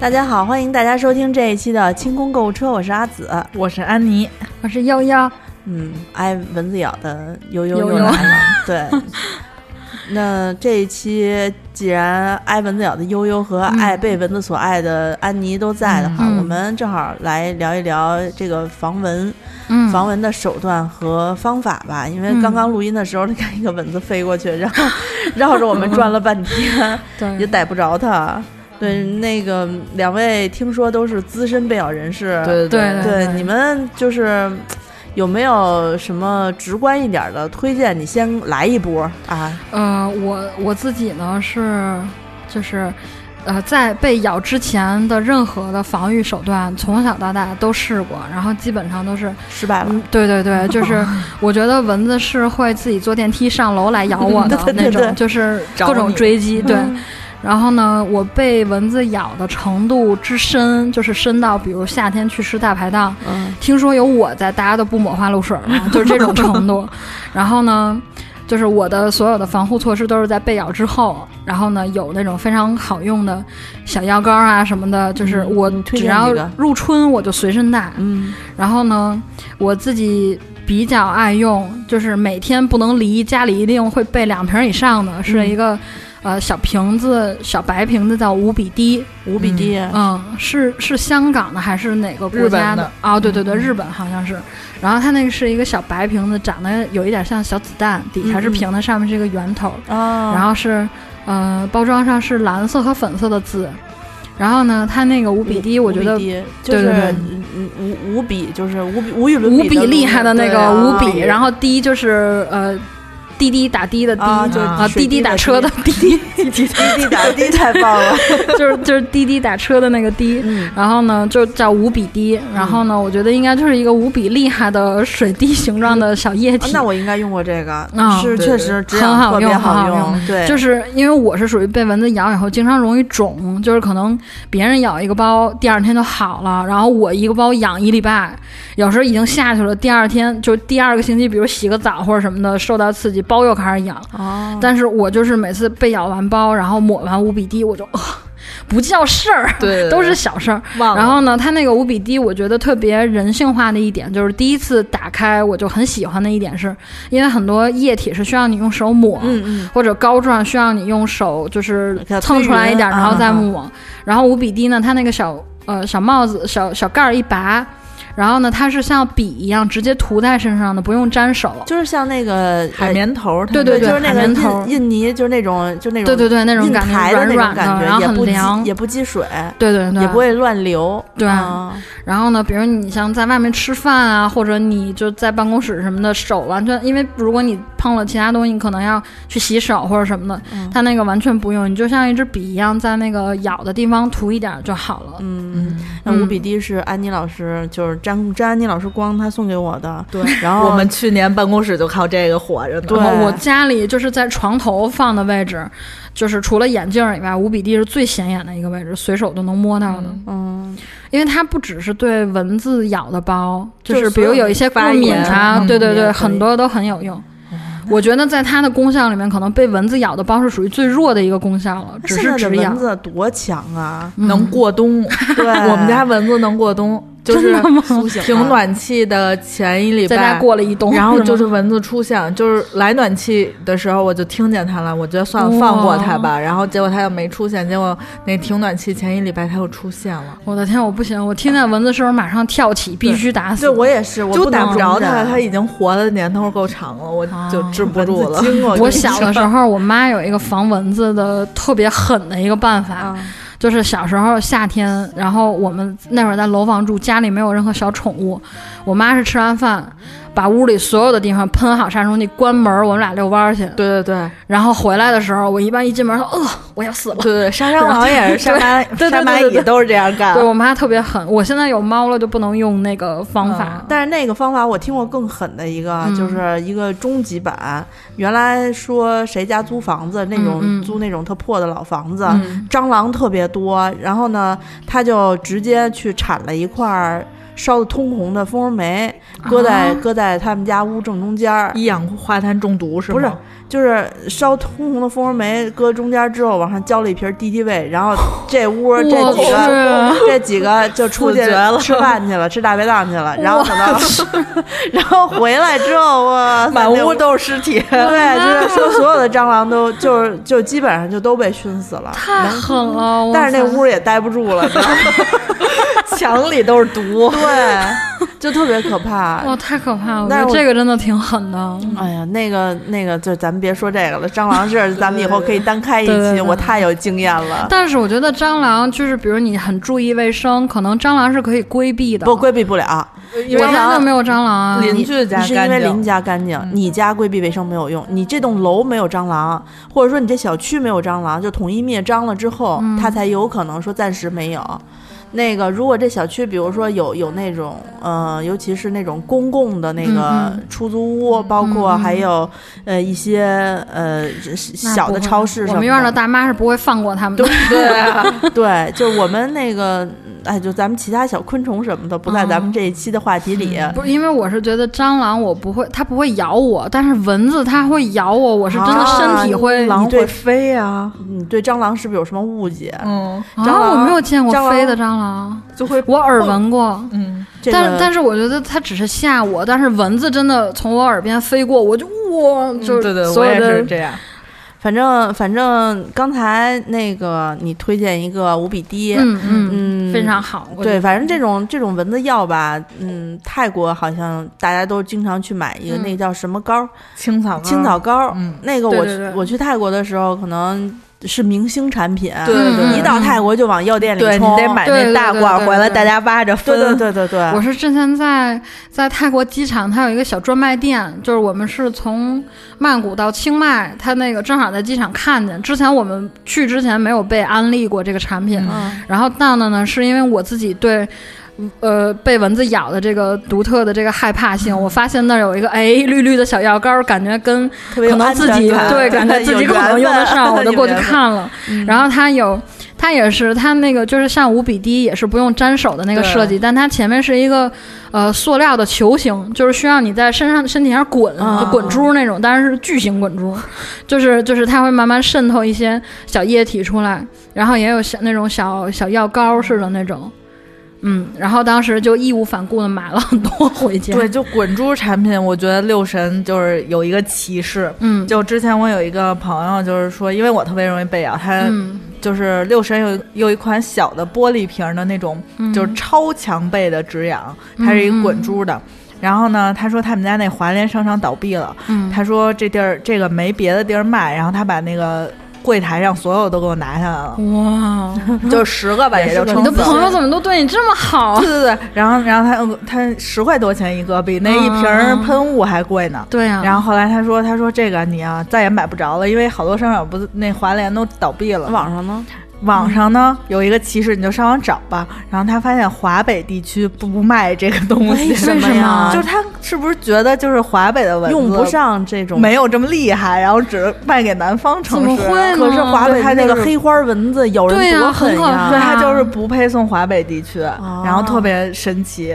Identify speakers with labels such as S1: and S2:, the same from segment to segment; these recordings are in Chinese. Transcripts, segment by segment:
S1: 大家好，欢迎大家收听这一期的清空购物车，我是阿紫。
S2: 我是安妮，
S3: 我是幺幺，
S1: 嗯，挨蚊子咬的悠悠
S3: 悠
S1: 又
S3: 悠
S1: 来了。 对，那这一期既然挨蚊子咬的悠悠和爱被蚊子所爱的安妮都在的话，
S3: 嗯
S1: 我们正好来聊一聊这个防蚊、
S3: 嗯
S1: 防蚊的手段和方法吧。因为
S3: 嗯
S1: 刚刚录音的时候，你看一个蚊子飞过去，然后 绕着我们转了半天，也
S3: 对，
S1: 逮不着它。对，
S3: 嗯
S1: 那个两位听说都是资深被咬人士，
S2: 对
S3: 对
S2: 对，
S1: 对，你们就是有没有什么直观一点的推荐？你先来一波啊！
S3: 呃，我我自己呢是就是。呃，在被咬之前的任何的防御手段，从小到大都试过，然后基本上都是，
S1: 失败了，
S3: 嗯，对对对，就是 我觉得蚊子是会自己坐电梯上楼来咬我 的
S1: 对对
S3: 那
S1: 对
S3: 种，就是
S2: 找
S3: 各种
S2: 你嗯
S3: 追击，对。然后呢，我被蚊子咬的程度之深，就是深到比如夏天去吃大排档，
S1: 嗯，
S3: 听说有我在，大家都不抹花露水 了，就是这种程度。然后呢，就是我的所有的防护措施都是在被咬之后，然后呢有那种非常好用的小药膏啊什么的，就是
S1: 嗯
S3: 我
S1: 你推
S3: 只
S1: 荐
S3: 要
S1: 几个
S3: 入春我就随身带。
S1: 嗯，
S3: 然后呢，我自己比较爱用，就是每天不能离家里一定会备两瓶以上的，
S1: 嗯
S3: 是一个呃小瓶子小白瓶子叫五比滴，
S1: 五比低，啊
S3: 嗯，是是香港的还是哪个国
S2: 日本
S3: 家
S2: 的
S3: 啊、对对对，日本好像是。然后它那个是一个小白瓶子，长得有一点像小子弹，底下是
S1: 嗯嗯
S3: 平的，上面是一个圆头，
S1: 啊，
S3: 嗯然后是呃包装上是蓝色和粉色的字。然后呢，它那个五比滴，我觉
S1: 五
S3: 得
S1: 比低就是
S3: 对对对
S1: 嗯无无比，就是无比无与伦
S3: 无
S1: 比
S3: 比厉害的那
S1: 对
S3: 个
S1: 啊
S3: 五比，然后滴就是呃滴滴打的的滴
S1: 啊，就
S3: 啊，滴滴打车的滴 滴，
S1: 滴滴滴打滴太棒 了，
S3: 就是就是滴滴打车的那个滴。
S1: 嗯，
S3: 然后呢，就叫五比滴。然后呢，我觉得应该就是一个无比厉害的水滴形状的小液体。
S1: 啊哦那我应该用过这个
S3: 啊，
S1: 是
S2: 对
S1: 确
S2: 对
S1: 实止
S3: 很
S1: 痒
S3: 好
S1: 特别
S3: 用很好
S1: 用，对，
S3: 就是因为我是属于被蚊子咬以后经常容易肿，就是可能别人咬一个包，第二天就好了，然后我一个包养一礼拜，有时候已经下去了，第二天就第二个星期，比如洗个澡或者什么的，受到刺激，包又开始痒。
S1: 哦，
S3: 但是我就是每次被咬完包，然后抹完五比滴，我就、呃、不叫事儿，
S2: 对对
S3: 都是小事儿。
S2: 忘了。
S3: 然后呢，它那个五比滴，我觉得特别人性化的一点，就是第一次打开我就很喜欢的一点是，因为很多液体是需要你用手抹，
S1: 嗯嗯，
S3: 或者膏状需要你用手就是
S1: 给它
S3: 蹭出来一点，
S1: 推匀
S3: 然后再抹。嗯然后五比滴呢，它那个小呃小帽子小小盖儿一拔，然后呢它是像笔一样直接涂在身上的，不用沾手。
S1: 就是像那个
S2: 海绵头儿它
S3: 对对
S2: 们，
S1: 就是那
S3: 海
S1: 个
S3: 绵头
S1: 印印尼，就是那种就那种
S3: 对对对，那种
S1: 印
S3: 感
S1: 台
S3: 觉
S1: 的那种
S3: 软软的，
S1: 感觉，
S3: 然后
S1: 也不积
S3: 很凉。
S1: 也不积水，
S3: 对对对，
S1: 也不会乱流。
S3: 对
S1: 啊
S3: 然后呢，比如你像在外面吃饭啊，或者你就在办公室什么的，手完全因为如果你碰了其他东西，你可能要去洗手或者什么的，
S1: 嗯
S3: 它那个完全不用，你就像一支笔一样，在那个咬的地方涂一点就好了。
S1: 嗯，
S2: 嗯，
S1: 那
S3: 嗯
S1: 五比滴是安妮老师，就是詹詹安妮老师光他送给我的。
S2: 对，
S1: 然后
S2: 我们去年办公室就靠这个火着呢。
S1: 对
S3: 然后我家里就是在床头放的位置，就是除了眼镜儿以外，五比滴是最显眼的一个位置，随手都能摸到的。
S1: 嗯，
S3: 因为它不只是对蚊子咬的包，
S1: 就
S3: 就是是比如有一些过敏
S2: 发炎
S3: 啊，
S2: 嗯
S3: 对对
S1: 也可
S3: 对，
S1: 以嗯
S3: 很多都很有用。我觉得在它的功效里面，可能被蚊子咬的包是属于最弱的一个功效了，只
S1: 啊现
S3: 是
S1: 在的
S3: 止痒
S1: 蚊。子多强 啊！
S3: 嗯
S2: 能过冬，
S1: 对，
S2: 我们家蚊子能过冬，就是
S1: 苏 醒了
S2: 停暖气的前一礼
S3: 在家
S2: 拜。
S3: 过了一冬，
S2: 然后就是是蚊子出现，就是来暖气的时候我就听见它了，我觉得算了放过它吧。然后结果它又没出现，结果那停暖气前一礼拜它又出现了。
S3: 我的天，我不行，我听见蚊子声儿马上跳起，必须打死
S1: 对，。我也是，我
S2: 就
S1: 不
S2: 打
S1: 能
S2: 不着
S1: 容
S2: 它，
S1: 忍嗯
S2: 它已经活的年头够长了，我就
S3: 啊
S2: 治不住了
S1: 蚊。子经过
S3: 我小的时候，我妈有一个防蚊子的特别狠的一个办法，
S1: 啊，
S3: 就是小时候夏天，然后我们那会儿在楼房住，家里没有任何小宠物。我妈是吃完饭，把屋里所有的地方喷好杀虫剂，关门，我们俩遛弯儿去。
S2: 对对对
S3: 然后回来的时候，我一般一进门说：“呃，我要死了。
S2: 对对，杀蟑螂也是，杀蚂
S3: 对对
S2: 杀
S3: 对
S2: 蚂
S3: 对
S2: 蚁
S3: 对
S2: 都是这样
S1: 啊
S2: 干
S3: 对。我妈特别狠，我现在有猫了就不能用那个方法。
S1: 但是那个方法我听过更狠的一个，
S3: 嗯
S1: 就是一个终极版。原来说谁家租房子那种、
S3: 嗯嗯
S1: 租那种特破的老房子，
S3: 嗯
S1: 蟑螂特别多，然后呢，他就直接去铲了一块儿烧的通红的蜂窝煤，搁在、
S3: 啊
S1: 搁在他们家屋正中间儿，
S2: 一氧化碳中毒是吗？
S1: 不 是就是烧通红的蜂窝煤搁中间之后，往上浇了一瓶 DDV，然后这屋这
S3: 我
S1: 几个
S3: 去，
S1: 这几个就出去
S2: 死绝了
S1: 吃饭去了，吃大排档去了，然后可能， 然后回来之后，哇塞，
S2: 满
S1: 那
S2: 屋都是尸 体。
S1: 对，就是说所有的蟑螂都就是就基本上就都被熏死了，
S3: 太狠了！
S1: 但是那
S3: 哇塞
S1: 屋也待不住 了，你知道吗
S2: 墙里都是毒。
S1: 对，就特别可怕。
S3: 哇，太可怕了！我
S1: 但是
S3: 觉得
S1: 我
S3: 这个真的挺狠的。
S1: 哎呀，那个那个，就咱们别说这个了，蟑螂事 儿咱们以后可以单开一
S3: 对对对
S1: 期，我太有经验了。
S3: 但是我觉得蟑螂就是，比如你很注意卫生，可能蟑螂是可以规避的。
S1: 不规避不了，
S2: 因为
S3: 我家就没有蟑螂啊。
S2: 邻
S1: 你
S2: 居家
S1: 你是因
S2: 干
S1: 为
S2: 净
S1: 邻家干
S3: 嗯
S1: 净，你家规避卫生没有用，你这栋楼没有蟑螂，或者说你这小区没有蟑螂，就统一灭蟑了之后，
S3: 嗯
S1: 它才有可能说暂时没有。那个，如果这小区，比如说有有那种，呃，尤其是那种公共的那个
S3: 嗯
S1: 出租屋，包括还有呃一些呃
S3: 那
S1: 小
S3: 不
S1: 的
S3: 会
S1: 超市什么
S3: 我们院儿的大妈是不会放过他们的。
S2: 对啊，
S1: 对，就我们那个，哎，就咱们其他小昆虫什么的，不在咱
S3: 嗯
S1: 们这一期的话题里。
S3: 不是因为我是觉得蟑螂我不会，它不会咬我，但是蚊子它会咬我，我是真的身体会。
S1: 啊
S3: 啊，
S1: 狼
S2: 你对
S1: 会
S2: 飞啊，
S1: 你嗯对蟑螂是不是有什么误解？
S2: 嗯，
S1: 蟑螂
S3: 啊我没有见过
S1: 蟑螂
S3: 飞的蟑螂，
S2: 就会
S3: 我耳闻过。
S2: 嗯，
S1: 这
S3: 但是
S1: 个
S3: 但是我觉得它只是吓我，但是蚊子真的从我耳边飞过，我就哇，就
S2: 嗯对对，
S3: 所
S2: 我也
S3: 有的
S2: 是这样。
S1: 反正反正刚才那个你推荐一个五比滴，
S3: 嗯嗯
S1: 嗯
S3: 非常好。我觉
S1: 对，
S3: 得，嗯
S1: 反正这种这种蚊子药吧，嗯，泰国好像大家都经常去买一个，
S3: 嗯啊
S1: 那个叫什么膏儿？
S2: 青草膏
S1: 青草，膏儿。
S2: 嗯，
S1: 那个我
S3: 对
S1: 去
S3: 对对
S1: 我去泰国的时候，可能是明星产品，
S2: 对对
S3: 嗯
S2: 对，
S1: 一到泰国就往药店里冲，
S2: 对你得买那大罐儿回
S3: 对对对对
S2: 来，
S3: 对
S2: 大家挖着
S1: 对
S2: 分。
S1: 对对对对，
S3: 我是之前在在泰国机场，它有一个小专卖店，就是我们是从曼谷到清迈，它那个正好在机场看见。之前我们去之前没有被安利过这个产品，
S1: 嗯
S3: 然后到那呢，是因为我自己对。呃，被蚊子咬的这个独特的这个害怕性，我发现那儿有一个哎绿绿的小药膏，感觉跟
S1: 特别有
S3: 可能
S1: 安
S3: 自
S1: 全
S3: 己
S1: 感
S3: 对感觉自己可能用得上，我就过去。
S1: 有缘分
S3: 看嗯了。
S2: 嗯
S3: 然后它有，它也是它那个就是像五比滴也是不用沾手的那个
S2: 对
S3: 设计，但它前面是一个呃塑料的球形，就是需要你在身上身体上滚、
S1: 啊
S3: 就滚珠那种，当然是巨型滚珠，就是就是它会慢慢渗透一些小液体出来，然后也有小那种小小药膏似的那种。嗯，然后当时就义无反顾的买了很多回家。
S2: 对，就滚珠产品，我觉得六神就是有一个歧视。
S3: 嗯，
S2: 就之前我有一个朋友，就是说，因为我特别容易被咬，他
S3: 嗯，
S2: 就是六神有有一款小的玻璃瓶儿的那种，
S3: 嗯
S2: 就是超强倍的止痒，它是一个滚珠的。然后呢，他说他们家那华联商场倒闭了，
S3: 嗯
S2: 他说这地儿这个没别的地儿卖，然后他把那个柜台上所有都给我拿下来了，
S3: 哇，
S2: 就十个吧，也就
S1: 你
S2: 撑
S3: 你的
S2: 死了
S3: 朋友怎么都对你这么好啊
S2: 对？对对，然后然后他他十块多钱一个，比那一
S3: 嗯
S2: 瓶儿喷雾还贵呢。
S3: 对啊呀、
S2: 然后后来他说：“他说这个你啊再也买不着了，因为好多商场不是那华联都倒闭了。
S1: 网上呢？
S2: 网上呢有一个歧视，你就上网找吧。然后他发现华北地区不不卖这个东西，
S1: 为什么呀
S2: 就是他是不是觉得就是华北的蚊子
S1: 用不上这种。
S2: 没有这么厉害，然后只卖给南方城市？
S3: 怎么会
S1: 可是华北
S2: 对它
S1: 那
S2: 就
S1: 个
S2: 是
S1: 黑花蚊子咬
S3: 对
S1: 人
S3: 呀
S1: 多狠
S3: 很可怕
S2: 对，
S1: 呀！
S2: 他就是不配送华北地区，然后特别神奇。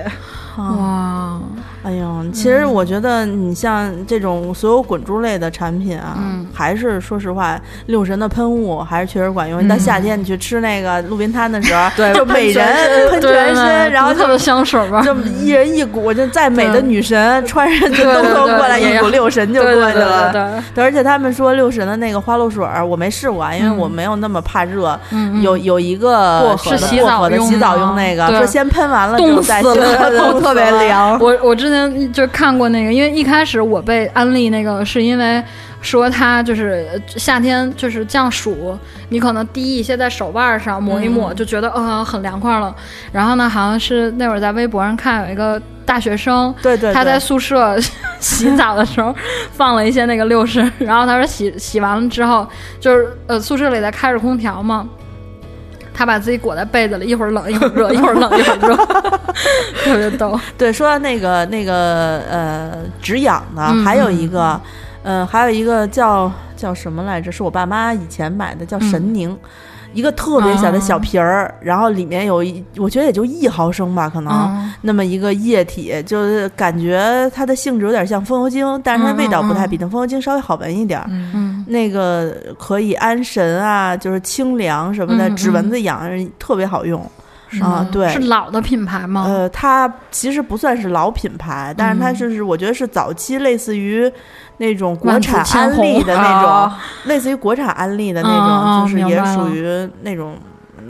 S3: 哇，
S1: 哎呦，其实
S3: 嗯
S1: 我觉得你像这种所有滚珠类的产品啊，
S3: 嗯
S1: 还是说实话，六神的喷雾还是确实管用。你
S3: 嗯
S1: 到夏天你去吃那个路边摊的时候，
S2: 对
S1: 就美人 喷全身，然后
S3: 特
S1: 就
S3: 别香水味儿，
S1: 就一人一股，就再美的
S3: 对
S1: 女神穿上就都
S3: 对对
S1: 都
S3: 对
S1: 过来
S3: 对
S1: 一股六神就
S3: 对
S1: 过
S3: 对
S1: 去
S3: 对对
S1: 了。
S3: 对，
S1: 对，而且他们说六神的那个花露水儿，我没试过啊，因为我没有那么怕热。
S3: 嗯
S1: 有有一个
S2: 薄荷的
S1: 是
S3: 洗澡
S1: 的
S3: 用
S1: 洗
S3: 的
S1: 澡
S3: 吗
S1: 用那个，
S3: 对
S1: 说先喷完了之后
S3: 冻
S1: 再
S3: 死
S1: 洗
S3: 了
S1: 澡
S2: 都 特别凉。
S3: 我我之前就看过那个，因为一开始我被安利那个，是因为说它就是呃夏天就是降暑，你可能滴一些在手腕上抹一
S1: 嗯
S3: 抹，就觉得呃很凉快了。然后呢，好像是那会儿在微博上看有一个大学生，
S1: 对对，
S3: 他
S1: 对
S3: 在宿舍 洗澡的时候放了一些那个六神，然后他说洗洗完了之后，就是呃宿舍里在开着空调嘛，他把自己裹在被子里，一会儿冷一会儿热，一会儿冷一会儿热， 特别逗。
S1: 对说到那个那个呃止痒的，
S3: 嗯
S1: 还有一个
S3: 嗯
S1: 呃还有一个叫叫什么来着？是我爸妈以前买的，叫神宁。一个特别
S3: 哦
S1: 小的小瓶儿，然后里面有一，我觉得也就一毫升吧，可能、
S3: 嗯
S1: 那么一个液体，就是感觉它的性质有点像风油精，但是它味道不太比那风油精稍微好闻一点儿。
S2: 嗯
S3: 嗯
S1: 那个可以安神啊，就是清凉什么的，
S3: 嗯嗯
S1: 止蚊子痒特别好用。
S3: 是
S1: 啊
S3: 吗
S1: 对
S3: 是老的品牌吗？
S1: 呃，它其实不算是老品牌，但
S3: 嗯
S1: 是它就是我觉得是早期类似于那种国
S3: 万紫
S1: 产
S3: 千
S1: 安利
S3: 红啊
S1: 的那种，类似于国产安利的那种，
S3: 嗯嗯
S1: 就是也
S3: 明白了
S1: 属于那种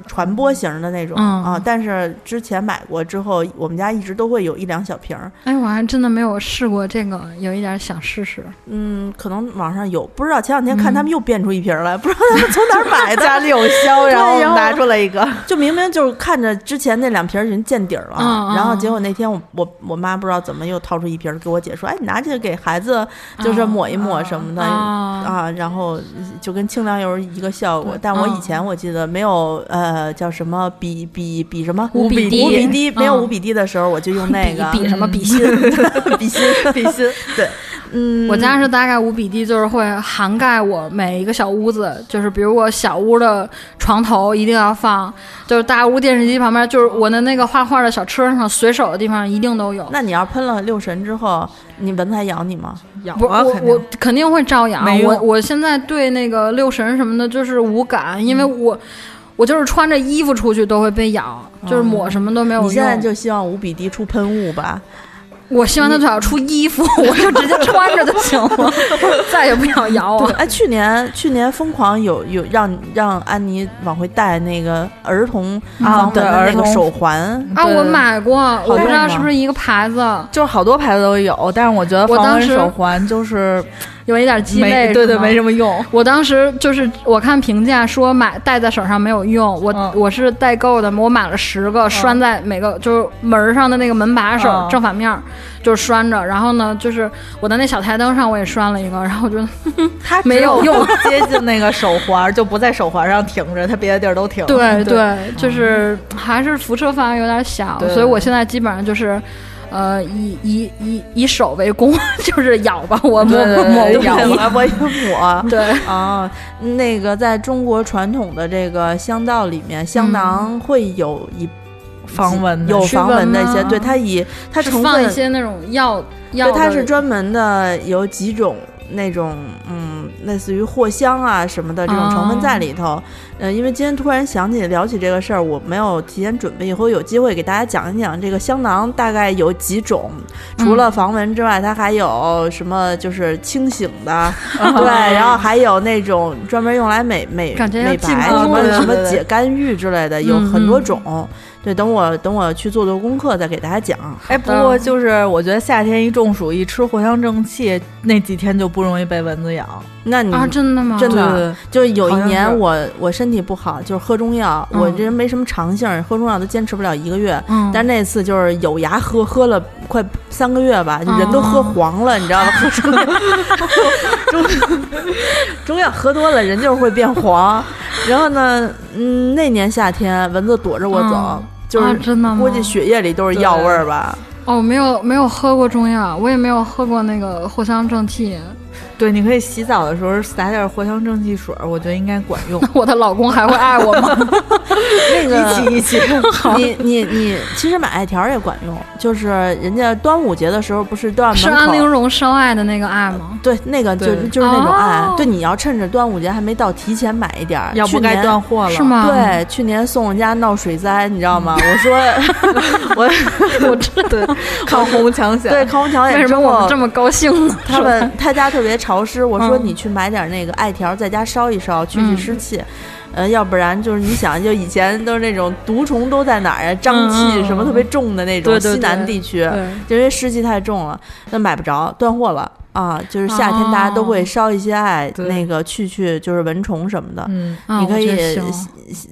S1: 传播型的那种、
S3: 嗯
S1: 啊。但是之前买过之后，我们家一直都会有一两小瓶儿，
S3: 哎，我还真的没有试过这个，有一点想试试。
S1: 嗯，可能网上有，不知道前两天看他们又变出一瓶 儿来，不知道他们从哪儿买的，
S2: 家里有销，
S1: 对
S2: 然后
S1: 然后
S2: 拿出来一个，
S1: 就明明就是看着之前那两瓶儿已经见底儿了，
S3: 嗯嗯
S1: 然后结果那天我我我妈不知道怎么又掏出一瓶儿给我姐说，哎，你拿去给孩子就是
S3: 嗯
S1: 抹一抹什么的。
S3: 啊，
S1: 啊，然后就跟清凉油一个效果，但我
S3: 嗯
S1: 以前我记得没有，呃，叫什么比比比什么
S3: 五
S1: 五滴，
S3: 比滴
S1: 五比滴没有
S3: 嗯
S1: 五比滴的时候，我就用那个
S3: 比比什么 比心？
S1: 心比心
S2: 比心。
S1: 对，嗯，
S3: 我家是大概五比地，就是会涵盖我每一个小屋子，就是比如我小屋的床头一定要放，就是大屋电视机旁边，就是我的那个画画的小车上随手的地方一定都有。
S1: 那你要喷了六神之后，你蚊子还咬你吗？
S2: 咬
S3: 不，
S2: 啊
S3: 我
S2: 肯定
S3: 我肯定会照养
S2: 没。用
S3: 我我现在对那个六神什么的，就是无感，因为我、我就是穿着衣服出去都会被咬，就是抹什么都没有用。
S1: 你现在就希望五比滴出喷雾吧？
S3: 我希望它最好出衣服，我就直接穿着就行了，再也不想咬我。
S1: 哎，去年去年疯狂有有让让安妮往回带那个儿童
S2: 啊
S1: 防蚊
S2: 对
S1: 的
S2: 儿
S1: 嗯那个
S2: 童
S1: 手 环，
S3: 啊，
S2: 对
S3: 我买过，我不知
S1: 用吗
S3: 道是不是一个牌子，
S2: 就是好多牌子都有，但是我觉得
S3: 我
S2: 防
S3: 当
S2: 蚊
S3: 时
S2: 手环就是
S3: 有一点鸡
S2: 没
S3: 肋，
S2: 对
S3: 是
S2: 对
S3: 吗
S2: 没什么 用。
S3: 我当时就是我看评价说买戴在手上没有用，我、
S2: 嗯
S3: 我是代购的，我买了十个，拴在每个就是门儿上的那个门把手、
S2: 嗯
S3: 正反面儿，就是拴着。然后呢，就是我的那小台灯上我也拴了一个，然后我就
S2: 它
S3: 没有
S2: 用， 接近那个手环就不在手环上停着，它别的地儿都停。
S3: 对
S2: 嗯对，
S3: 对，就是还是辐射范围有点小，
S2: 对
S3: 所以我现在基本上就是。呃，以以以以手为攻， 就是咬吧，我抹
S2: 对对对
S3: 抹
S2: 对
S3: 不
S2: 咬
S3: 地
S1: 我我也抹。
S3: 对，
S1: 啊，那个在中国传统的这个香道里面，香囊会有一
S2: 防蚊的
S1: 有
S3: 驱
S1: 防蚊的一些，
S3: 蚊啊
S1: 对它以它
S3: 是
S1: 成
S3: 放一
S1: 分，
S3: 些那种药药
S1: 对
S3: 的，
S1: 它是专门的有几种那种嗯，类似于藿香啊什么的这种成分
S3: 哦
S1: 在里头。呃，因为今天突然想起聊起这个事儿，我没有提前准备，以后有机会给大家讲一讲这个香囊大概有几种，除
S3: 嗯
S1: 了防蚊之外，它还有什么就是清醒 的。对，然后还有那种专门用来美美
S3: 感觉要
S1: 美
S3: 进
S1: 白
S3: 攻
S1: 什么
S2: 了
S1: 什么
S2: 对对对
S1: 解干预之类的，有
S3: 嗯
S1: 很多
S3: 嗯
S1: 种。对，等我等我去做做功课再给大家讲。
S2: 哎，不过就是我觉得夏天一中暑，一吃藿香正气，那几天就不容易被蚊子咬。
S1: 那你
S3: 啊，真的吗？
S1: 嗯真的
S2: 对
S1: 就有一
S2: 好像
S1: 年
S2: 是
S1: 我我身体不好，就是喝中药，我
S3: 嗯
S1: 这人没什么长性，喝中药都坚持不了一个月。
S3: 嗯，
S1: 但那次就是有牙喝，喝了快三个月吧，就人都
S3: 嗯
S1: 喝黄了，你知道吗？ 喝 中药中 中药喝多了，人就是会变黄。然后呢，嗯，那年夏天蚊子躲着我走，
S3: 嗯
S1: 就
S3: 啊
S1: 是
S3: 真的吗？
S1: 估计血液里都是药味儿吧。
S3: 哦，没有没有喝过中药，我也没有喝过那个藿香正气。
S2: 对，你可以洗澡的时候撒点藿香正气水，我觉得应该管用。
S3: 我的老公还会爱我 吗？
S1: 那个
S2: 一 起一起，
S1: 你你你，其实买艾条也管用，就是人家端午节的时候不是都要门口
S3: 是安陵容烧艾的那个艾吗？
S1: 对，那个就
S2: 对
S1: 就是那种爱，
S3: 哦
S1: 对，你要趁着端午节还没到，提前买一点儿，
S2: 要
S1: 去
S2: 不该
S1: 年
S2: 断货了。
S3: 是？吗？，
S1: 对，去年送人家闹水灾，你知道吗？我说 我我
S2: 对，抗洪强险。
S1: 对，康桥
S3: 为
S1: 也
S3: 什
S1: 之
S3: 么我
S1: 后
S3: 们这，么高兴呢？
S1: 他们他家特别潮湿，我说
S3: 嗯
S1: 你去买点那个艾条，在家烧一烧，去去
S3: 嗯
S1: 湿气。呃，要不然就是你想，就以前都是那种毒虫都在哪儿啊，瘴气
S3: 嗯嗯
S1: 什么特别重的那种，
S2: 对对
S1: 西南
S3: 对
S1: 地区，
S3: 对，
S1: 就因为湿气太重了，那买不着，断货了啊！就是夏天
S3: 哦
S1: 大家都会烧一些艾，
S2: 对
S1: 那个去去就是蚊虫什么的。
S2: 嗯，
S3: 啊
S1: 你可以
S3: 我觉得行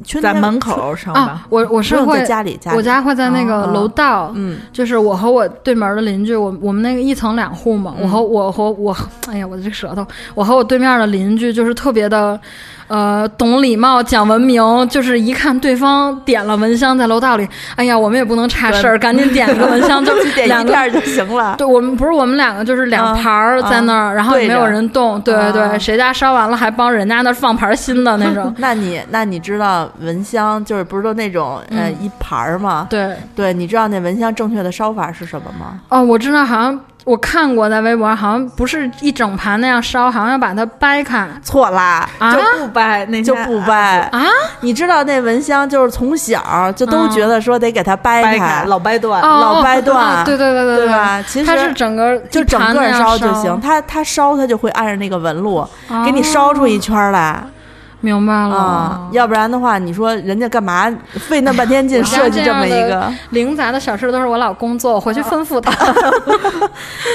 S1: 春
S2: 在
S1: 天
S2: 门口上
S3: 啊
S2: 吧。，
S3: 我我
S1: 不
S3: 是
S1: 用在
S3: 会。
S1: 家里，家里
S3: 我家会在那个
S1: 哦
S3: 楼道，
S1: 嗯，
S3: 就是我和我对门的邻居，我我们那个一层两户嘛，我和
S1: 嗯
S3: 我和我，哎呀，我的这个舌头，我和我对面的邻居就是特别的，呃，懂礼貌、讲文明，就是一看对方点了蚊香在楼道里，哎呀，我们也不 能差事儿，赶紧点一个蚊香，就
S1: 点
S3: 两
S1: 一
S3: 个。
S1: 片就行了。
S3: 对我们不是我们两个就是两
S1: 嗯
S3: 盘儿、儿在那儿，然后也没有
S1: 对着
S3: 人动，对对
S1: 啊，
S3: 对，谁家烧完了还帮人家那儿放盘新的那种
S1: 那你那你知道蚊香就是不是都那种呃
S3: 嗯
S1: 一盘儿吗？
S3: 对。
S1: 对，你知道那蚊香正确的烧法是什么吗？
S3: 哦，我知道，好像我看过，在微博上好像不是一整盘那样烧，好像要把它掰开。
S1: 错啦，
S3: 啊
S2: 就不掰，那
S1: 就
S2: 天
S1: 不掰
S3: 啊！嗯
S1: 你知道那蚊香就是从小就都觉得说得给它掰
S2: 掰开，老掰断。
S3: 哦，
S1: 老掰断
S3: 哦对对对对
S1: 对吧其实
S3: 它是整个
S1: 就
S3: 一
S1: 整
S3: 盘
S1: 个
S3: 那样
S1: 烧
S3: 烧
S1: 就行，，它它烧它就会按着那个纹路给你烧出一圈儿来
S3: 哦。明白了，
S1: 啊，要不然的话，你说人家干嘛费那半天劲
S3: 我家
S1: 设计
S3: 这
S1: 这
S3: 样
S1: 么一
S3: 的
S1: 个？
S3: 零杂的小事都是我老公做，我回去吩咐他。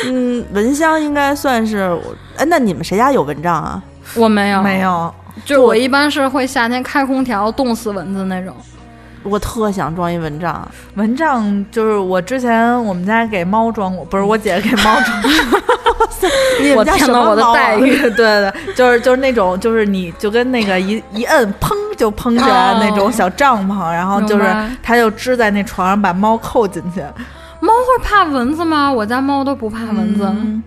S1: 嗯，蚊香应该算是我，哎，那你们谁家有蚊帐啊？
S3: 我没有，
S2: 没，有，
S3: 就是我一般是会夏天开空调冻死蚊子那种。
S1: 我特想装一蚊帐，
S2: 蚊帐就是我之前我们家给猫装过，不是我姐给猫装过。
S1: 你
S3: 我
S1: 们家
S3: 天
S1: 什
S3: 呐，
S1: 么
S3: 我的
S1: 猫啊
S3: 待遇
S2: 对对对，就是就是那种就是你就跟那个一一摁，砰就砰起来
S3: 哦
S2: 那种小帐篷，然后就是
S3: 明白
S2: 它就支在那床上把猫扣进去。
S3: 猫会怕蚊子吗？我家猫都不怕蚊子。
S2: 嗯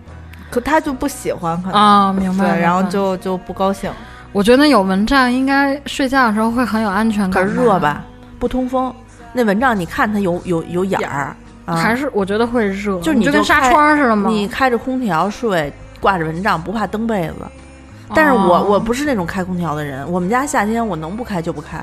S2: 可它就不喜欢，可能、
S3: 啊，明白。
S2: 对，然后
S3: 明白
S2: 就就不高兴。
S3: 我觉得有蚊帐应该睡觉的时候会很有安全
S1: 可
S3: 感，
S1: 是热？吧，不通风。那蚊帐你看它有有有眼儿，啊、
S3: 还是我觉得会热，
S1: 就是
S3: 你
S1: 你
S3: 就跟
S1: 就
S3: 纱
S1: 开
S3: 窗似的嘛。
S1: 你开着空调睡，挂着蚊帐不怕蹬被子。
S3: 哦
S1: 但是我、我不是那种开空调的人，我们家夏天我能不开就不开，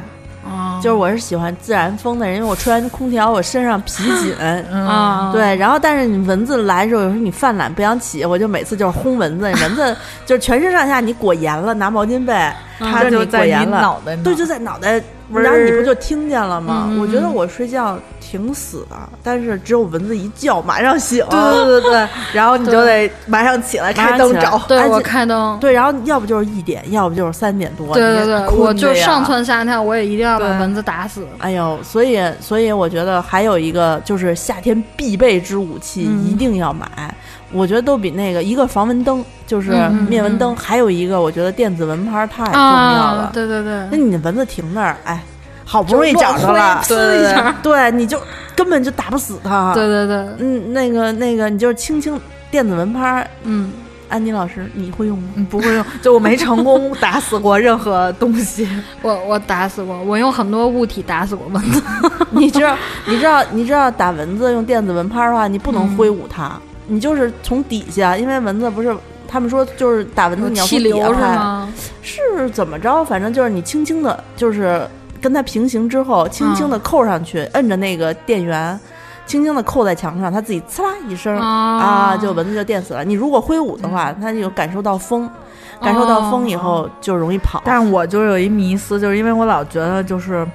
S3: 啊，
S1: 就是我是喜欢自然风的人，因为我吹完空调我身上皮紧。
S2: 嗯，
S3: 啊，
S1: 对，然后但是你蚊子来的时候，有时候你犯懒不想起，我就每次就是轰蚊子，蚊 子就是全身上下你裹严了，拿毛巾被，它
S2: 它嗯就
S1: 你裹
S2: 在你
S1: 严了，
S2: 脑袋那儿。
S1: 对，就在脑袋，
S2: 嗡儿
S1: 然后你不就听见了吗？
S3: 嗯
S1: 我觉得我睡觉挺死的，但是只有蚊子一叫，马上醒。
S2: 对对对对，然后你就得马上起来
S1: 马上
S2: 开灯
S1: 起来
S2: 找。
S3: 对
S1: 而
S3: 我
S1: 且
S3: 开灯。
S1: 对然后要不就是一点，要不就是三点多。
S3: 对
S1: 你
S3: 对对，
S1: 困
S3: 我
S1: 得
S3: 就
S1: 呀
S3: 上。蹿下跳，我也一定要把
S2: 对
S3: 蚊子打死。
S1: 哎呦，所以所以我觉得还有一个就是夏天必备之武器，
S3: 嗯
S1: 一定要买。我觉得都比那个一个防蚊灯，就是
S3: 嗯嗯
S1: 灭蚊灯，
S3: 嗯
S1: 还有一个我觉得电子蚊拍太重要
S3: 啊
S1: 了，。
S3: 对对对
S1: 那，你的蚊子停那儿，哎，好不容易
S3: 就
S1: 找着
S3: 落灰
S1: 了，
S3: 呲
S2: 对
S3: 一
S2: 对
S3: 下。
S1: 对，你就根本就打不死它。
S3: 对，对对，
S1: 嗯，那个那个，你就是轻轻电子蚊拍，
S3: 嗯，
S1: 安妮老师你会用吗？
S2: 嗯，不会用，就我没成功打死过任何东 西。
S3: 我我打死过，我用很多物体打死过蚊子。
S1: 你知道你知道你知道打蚊子用电子蚊拍的话，你不能挥舞它，你就是从底下，因为蚊子不是。他们说就是打蚊子，嗯你要
S3: 气
S1: 从底下
S3: 流是
S1: 拍，
S3: 吗？
S1: 是怎么着？反正就是你轻轻的，就是跟它平行之后，轻轻的扣上去，摁着那个电源，轻轻的扣在墙上，它自己刺啦一声，啊，嗯就蚊子就电死了。你如果挥舞的话，它有感受到风，感受到风以后就容易跑。
S2: 但我就是有一迷思，就是因为我老觉得就是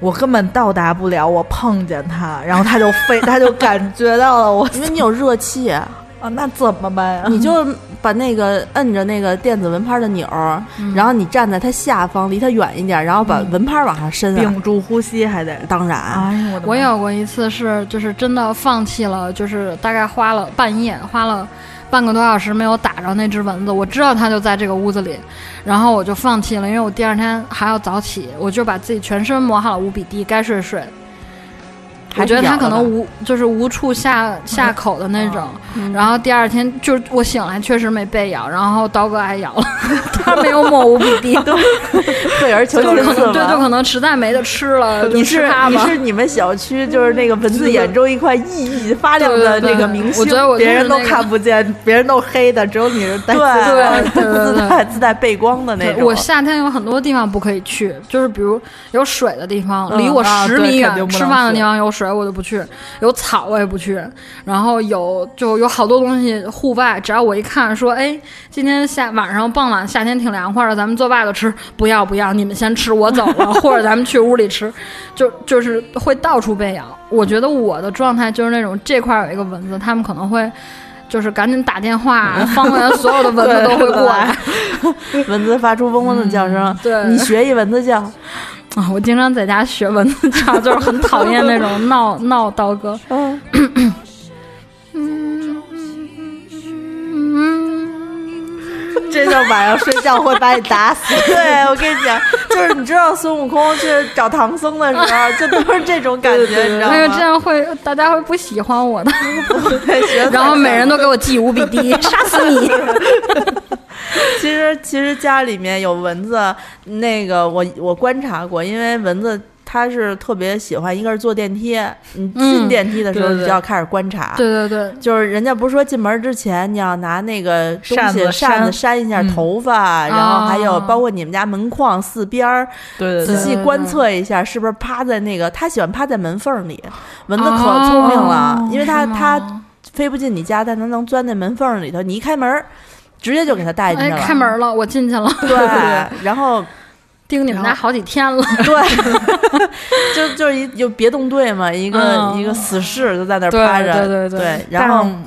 S2: 我根本到达不了，我碰见它，然后它就飞，它就感觉到了我
S1: 因为你有热气，
S2: 啊，那怎么办啊呀？
S1: 你就把那个摁着那个电子蚊拍的钮儿，
S3: 嗯
S1: 然后你站在它下方，离它远一点，然后把蚊拍往上伸啊。
S2: 屏住呼吸还得。
S1: 当
S3: 啊
S1: 然，
S2: 哎呦我的妈
S3: 我有过一次是，就是真的放弃了，就是大概花了半夜，花了半个多小时没有打着那只蚊子。我知道它就在这个屋子里，然后我就放弃了，因为我第二天还要早起，我就把自己全身抹好了五比滴，该睡睡。我
S1: 还是
S3: 觉得它
S1: 咬
S3: 可
S1: 了
S3: 能
S1: 吧
S3: 无就是无处下下口的那种，
S1: 嗯
S3: 然后第二天就是我醒来确实没被咬，然后刀哥挨咬了， 他没有抹五 比滴，就
S1: 退而求
S3: 可
S1: 其次
S3: 能对，就
S1: 吧。
S3: 可能实在没得吃了，就
S1: 你
S3: 吃
S1: 是
S3: 它
S1: 你
S3: 吧。
S1: 是你们小区就是那个蚊子眼中一块熠熠发亮的那个明星，
S3: 对对对我觉得我就是
S2: 别人都
S3: 那个
S2: 看不见， 别人都黑的，只有你是带
S1: 对
S3: 对对对
S1: 自
S3: 对
S1: 带自带背光的那
S3: 对
S1: 种。
S3: 我夏天有很多地方不可以去，就是比如有水的地方，
S2: 嗯
S3: 离我
S2: 啊
S3: 十
S2: 对
S3: 米
S2: 肯
S3: 远、
S2: 定不
S3: 吃
S2: 能
S3: 饭的
S2: 去
S3: 地方有水我就不去，有草我也不去，然后有就有好多东西户外，只要我一看说，哎，今天夏晚上傍晚夏天挺凉快的，咱们坐外头吃，不要不要，你们先吃，我走了，或者咱们去屋里吃，就就是会到处被咬。我觉得我的状态就是那种这块儿有一个蚊子，他们可能会。就是赶紧打电话，
S2: 嗯
S3: 方圆所有的蚊子都会过来。
S1: 蚊子发出嗡嗡的叫声，
S3: 对
S1: 你学一蚊子叫，
S3: 啊，我经常在家学蚊子叫， 就是很讨厌那种 闹闹刀哥。
S1: 嗯， 这就晚上睡觉会把你打死。 对，我跟你讲，就是你知道孙悟空去找唐僧的时候，就都是这种 感觉，
S2: 对对对
S1: 你知道
S3: 哎呀，这
S1: 吗？
S3: 样会大家会不喜欢 我的。
S1: 学
S3: 然后每人都给我记五比低， 杀死你！
S1: 其实其实家里面有蚊子，那个我我观察过，因为蚊子它是特别喜欢，一个是坐电梯，你进
S3: 嗯
S1: 电梯的时候
S2: 对
S1: 你
S2: 对
S1: 就要开始观察。
S3: 对对对，
S1: 就是人家不是说进门之前你要拿那个东
S2: 扇
S1: 西扇
S2: 子扇
S1: 子扇一下
S2: 嗯
S1: 头发，然后还有
S3: 啊
S1: 包括你们家门框四边儿，
S2: 对对
S1: 仔
S2: 对，
S1: 细观测一下是不是趴在那个，它喜欢趴在门缝里。蚊子可聪明了，
S3: 哦
S1: 因为它
S3: 是吗
S1: 它飞不进你家，但它能钻在门缝里头。你一开门儿，直接就给它带进
S3: 哎
S1: 去了。
S3: 开门了，我进 去了，
S1: 对，然后
S3: 盯你们家好几天了。
S1: 对， 就就是一有别动队嘛，一个、
S3: 嗯
S1: 一个死士就在那儿
S3: 对
S1: 趴着，
S3: 对对对
S1: 然后
S2: 但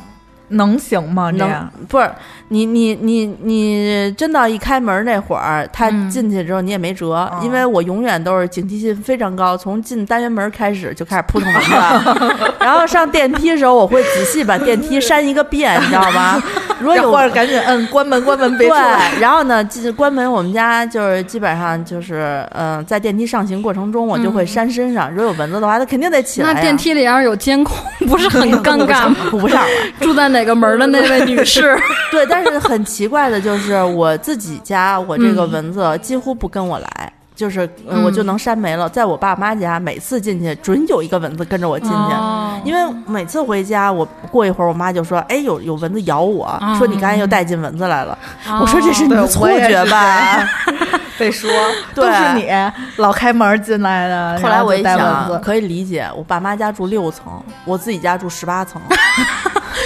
S2: 能行吗？这
S1: 能
S2: 样
S1: 不是你你你你真到一开门那会儿，他
S3: 嗯
S1: 进去之后你也没辙，
S2: 嗯
S1: 因为我永远都是警惕性非常高，从进单元门开始就开始扑腾蚊 子，然后上电梯的时候我会仔细把电梯扇一个遍，你知道 吗？如果
S2: 然
S1: 有
S2: 后或者赶紧摁关门，关门别出来。
S1: 对，然后呢，进关门，我们家就是基本上就是，嗯、在电梯上行过程中，我就会
S2: 嗯
S1: 扇身上，如果有蚊子的话，它肯定得起来
S3: 那
S1: 呀。
S3: 电梯里要是有监控，不是很尴尬吗？
S1: 顾不上了。
S3: 住在哪个门的那位女士，
S1: 对，但是很奇怪的就是，我自己家我这个
S2: 嗯
S1: 蚊子几乎不跟我来。就是呃
S3: 嗯
S1: 我就能扇没了，在我爸妈家，每次进去准有一个蚊子跟着我进去，
S3: 哦
S1: 因为每次回家，我过一会儿，我妈就说：“哎，有有蚊子咬我，
S2: 哦
S1: 说你刚才又
S2: 嗯
S1: 带进蚊子来了。我说：“这是你的
S2: 对
S1: 错
S2: 我也是
S1: 觉吧？”
S2: 被说
S1: 对
S2: 都是你老开门进来的。
S1: 后来我一
S2: 然后就带
S1: 想，
S2: 蚊子，
S1: 可以理解，我爸妈家住六层，我自己家住十八层，